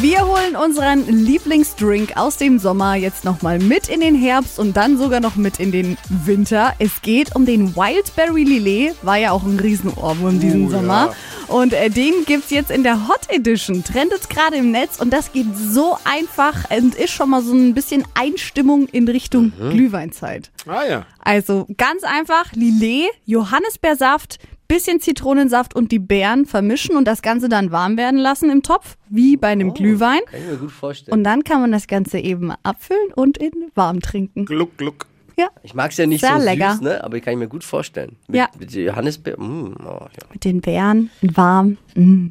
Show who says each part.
Speaker 1: Wir holen unseren Lieblingsdrink aus dem Sommer jetzt nochmal mit in den Herbst und dann sogar noch mit in den Winter. Es geht um den Wildberry Lillet, war ja auch ein Riesenohrwurm diesen Sommer. Und äh, den gibt's jetzt in der Hot Edition, trendet gerade im Netz und das geht so einfach und ist schon mal so ein bisschen Einstimmung in Richtung Glühweinzeit.
Speaker 2: Ah ja.
Speaker 1: Also ganz einfach Lillet, Johannisbeersaft, bisschen Zitronensaft und die Beeren vermischen und das Ganze dann warm werden lassen im Topf, wie bei
Speaker 2: Oh,
Speaker 1: einem Glühwein.
Speaker 3: Kann ich mir gut vorstellen.
Speaker 1: Und dann kann man das Ganze eben abfüllen und in warm trinken.
Speaker 2: Gluck, gluck.
Speaker 1: Ja,
Speaker 3: ich mag es ja nicht
Speaker 1: Sehr
Speaker 3: so
Speaker 1: lecker.
Speaker 3: süß, ne? aber ich kann ich mir gut vorstellen. Mit,
Speaker 1: Ja.
Speaker 3: mit Johannisbeer. Mm, oh, ja.
Speaker 1: mit den Beeren in warm. Mm.